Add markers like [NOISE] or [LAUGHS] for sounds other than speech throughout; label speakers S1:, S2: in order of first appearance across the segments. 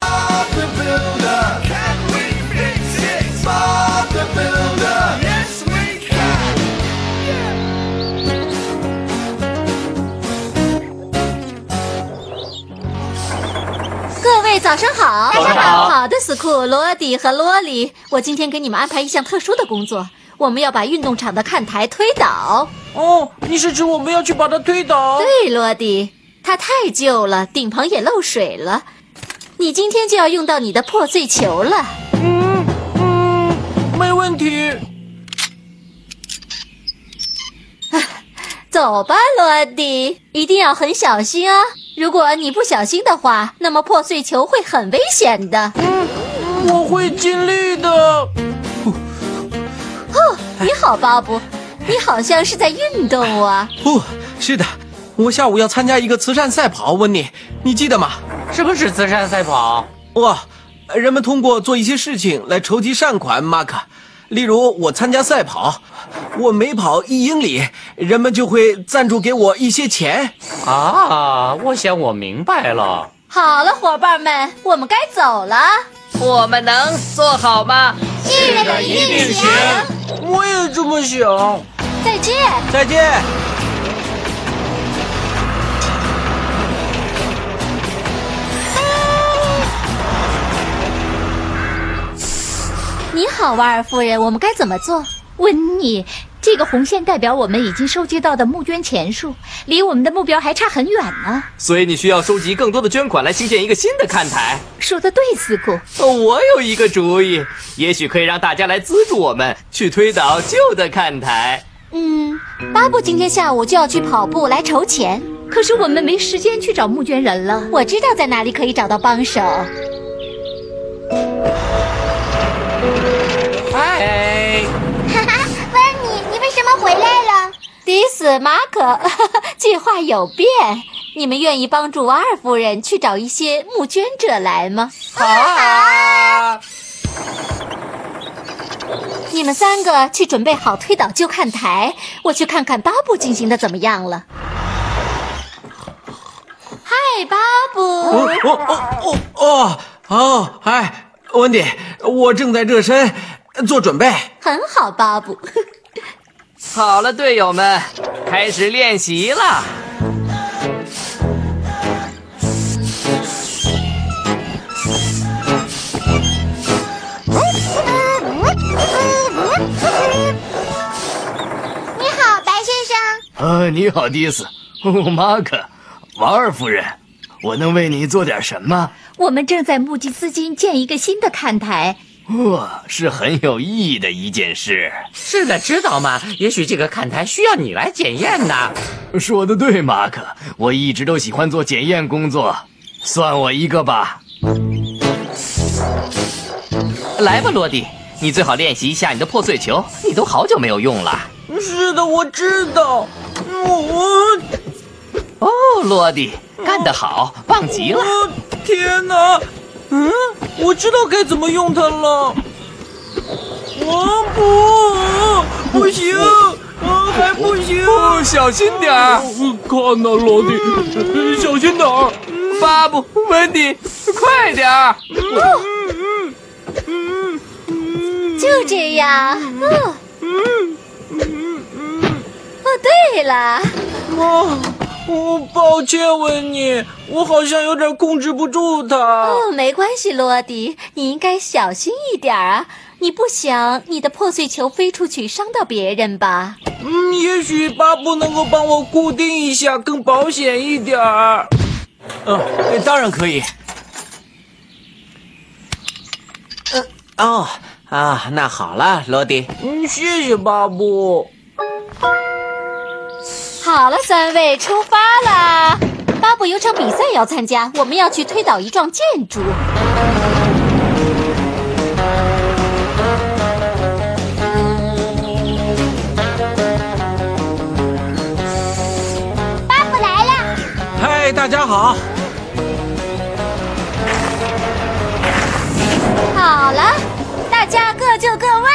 S1: Bob the Builder. Can we fix it? Bob the Builder. Yes, we can.
S2: 各位早上好，
S3: 早上好
S2: 好的，斯库罗迪和罗里，我今天给你们安排一项特殊的工作，我们要把运动场的看台推倒。
S3: 哦，你是指我们要去把它推倒？
S2: 对，罗迪，它太旧了，顶棚也漏水了，你今天就要用到你的破碎球了。
S3: 嗯，没问题。
S2: 走吧，罗迪，一定要很小心啊！如果你不小心的话，那么破碎球会很危险的。
S3: 我会尽力的。
S2: 你好，巴布，你好像是在运动啊。
S4: 哦，是的，我下午要参加一个慈善赛跑，温妮，你记得吗？
S3: 什么是慈善赛跑？
S4: 哇，人们通过做一些事情来筹集善款，马克。例如，我参加赛跑，我每跑一英里，人们就会赞助给我一些钱。
S5: 啊，我想我明白了。
S2: 好了，伙伴们，我们该走了。
S6: 我们能做好吗？
S2: 是的，一定行。
S3: 我也这么想。
S2: 再见。
S4: 再见。
S2: 你好，瓦尔夫人，我们该怎么做？
S7: 温妮，这个红线代表我们已经收集到的募捐钱数，离我们的目标还差很远呢。
S8: 所以你需要收集更多的捐款来兴建一个新的看台。
S7: 说的对，斯库。
S8: 哦我有一个主意，也许可以让大家来资助我们去推倒旧的看台。
S2: 嗯，巴布今天下午就要去跑步来筹钱，
S7: 可是我们没时间去找募捐人了。
S2: 我知道在哪里可以找到帮手。
S8: 哎，
S2: [LAUGHS] 温妮，你为什么回来了？迪斯马可， [LAUGHS] 计划有变。你们愿意帮助瓦尔夫人去找一些募捐者来吗？
S3: 好啊。
S2: 你们三个去准备好推倒旧看台，我去看看巴布进行的怎么样了。嗨，巴布，
S4: 哦哦哦哦哦！哎，温迪，我正在热身，做准备。
S2: 很好，巴布。
S8: 好了，队友们，开始练习了。
S2: [LAUGHS] 你好，白先生。
S9: 呃，你好，迪 [LAUGHS] 斯，马克，王二夫人，我能为你做点什么？
S7: 我们正在募集资金建一个新的看台，
S9: 哦，是很有意义的一件事。
S3: 是的，知道吗？也许这个看台需要你来检验呢。
S9: 说的对，马克，我一直都喜欢做检验工作，算我一个吧。
S8: 来吧，罗迪，你最好练习一下你的破碎球，你都好久没有用了。
S3: 是的，我知道。我
S8: 哦，罗迪，干得好，棒极了！
S3: 我天哪！嗯，我知道该怎么用它了。我不，不行，啊，还不行！
S8: 小心点儿，嗯
S3: 看呐，老弟，小心点儿！
S8: 巴布，温迪，快点儿！
S2: 就这样。哦，嗯哦，对了，
S3: 啊，我抱歉，温妮，我好像有点控制不住它。
S2: 哦，没关系，罗迪，你应该小心一点啊！你不想你的破碎球飞出去伤到别人吧？
S3: 嗯，也许巴布能够帮我固定一下，更保险一点儿。
S4: 嗯，当然可以。呃，哦啊，那好了，罗迪。
S3: 嗯，谢谢巴布。
S2: 好了，三位出发啦！巴布有场比赛要参加，我们要去推倒一幢建筑。巴布来了，
S4: 嗨，大家好。
S2: 好了，大家各就各位。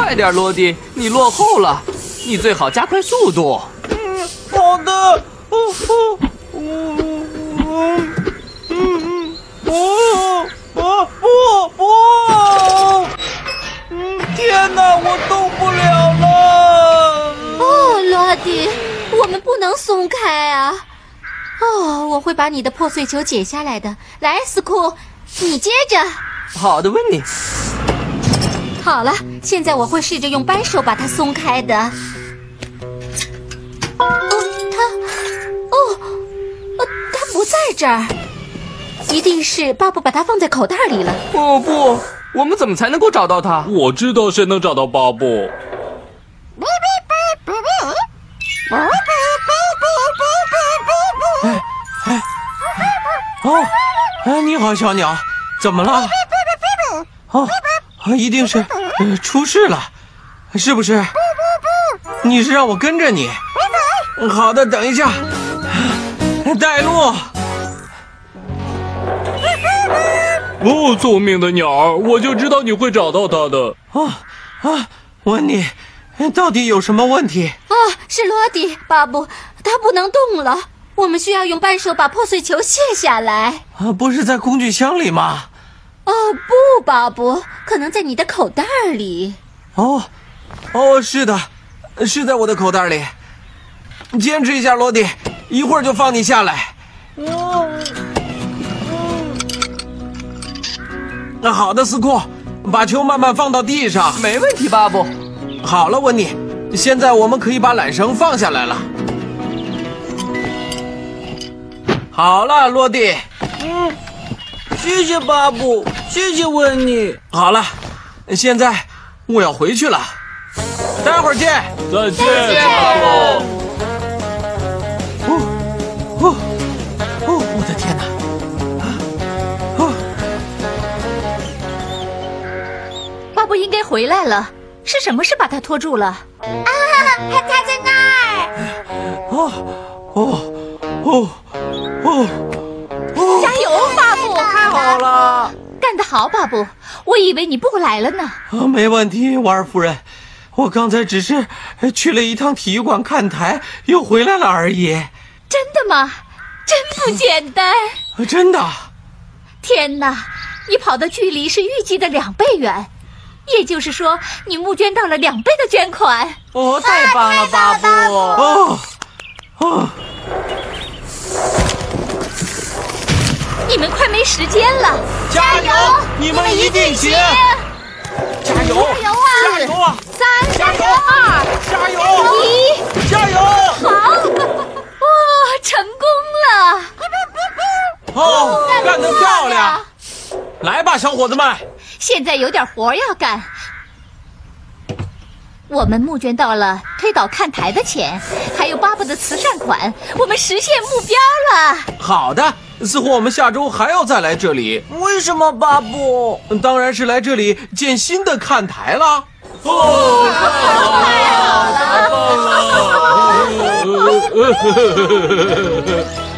S8: 哦点，罗迪，你落后了，你最好加快速度。
S3: 好的，哦哦，嗯嗯嗯嗯，哦哦不不，嗯，天哪，我动不了了。
S2: 哦，罗迪，我们不能松开啊！哦，我会把你的破碎球解下来的。来，斯库，你接着。
S8: 好的，温妮。
S2: 好了，现在我会试着用扳手把它松开的。哦，它，哦，呃，它不在这儿，一定是巴布把它放在口袋里了。
S8: 哦不，我们怎么才能够找到他？
S10: 我知道谁能找到巴布。
S4: 哦，哎，你好，小鸟，怎么了？哦，啊一定是、呃出事了，是不是？你是让我跟着你？好的，等一下，带路。
S10: 哦，聪明的鸟儿，我就知道你会找到他的。
S4: 啊啊，温妮，到底有什么问题？
S2: 啊，是罗迪，巴布，它不能动了。我们需要用扳手把破碎球卸下来。
S4: 啊，不是在工具箱里吗？
S2: 哦，不，巴布，可能在你的口袋里。
S4: 哦，哦，是的，是在我的口袋里。坚持一下，罗迪，一会儿就放你下来。那好的，斯库，把球慢慢放到地上。
S8: 没问题，巴布。
S4: 好了，温妮，现在我们可以把缆绳放下来了。好了，罗迪，
S3: 谢谢巴布，谢谢温妮。
S4: 好了，现在我要回去了，待会儿见。
S10: 再见，巴布。
S4: 哦，哦，我的天哪！
S7: 巴布应该回来了，是什么事把他拖住了？
S2: 啊，它它在那儿。
S4: 嗯哦，哦，哦，哦，
S7: 加油，巴布！
S3: 太好了，
S7: 干得好，巴布！我以为你不来了呢。
S4: 啊，没问题，瓦尔夫人。我刚才只是呃去了一趟体育馆看台，又回来了而已。
S7: 真的吗？真不简单！
S4: 啊真的，
S7: 天哪，你跑的距离是预计的两倍远，也就是说，你募捐到了两倍的捐款。
S3: 哦，太棒了，巴布！
S4: 哦，哦，
S7: 你们快没时间了，
S4: 加油！你们一定行！加油！
S7: 加油啊！
S4: 加油哦啊！
S7: 三、加油二、
S4: 加油！啊
S7: 一，
S4: 加油！啊
S7: 好！哇，哦成功了！
S4: 哦，干得漂亮！来吧，小伙子们！
S7: 现在有点活要干。我们募捐到了推倒看台的钱，还有巴布的慈善款，我们实现目标了。
S4: 好的，似乎我们下周还要再来这里。
S3: 为什么巴布？
S4: 当然是来这里建新的看台啦！
S10: 呃呃呵呵呵呵呵呵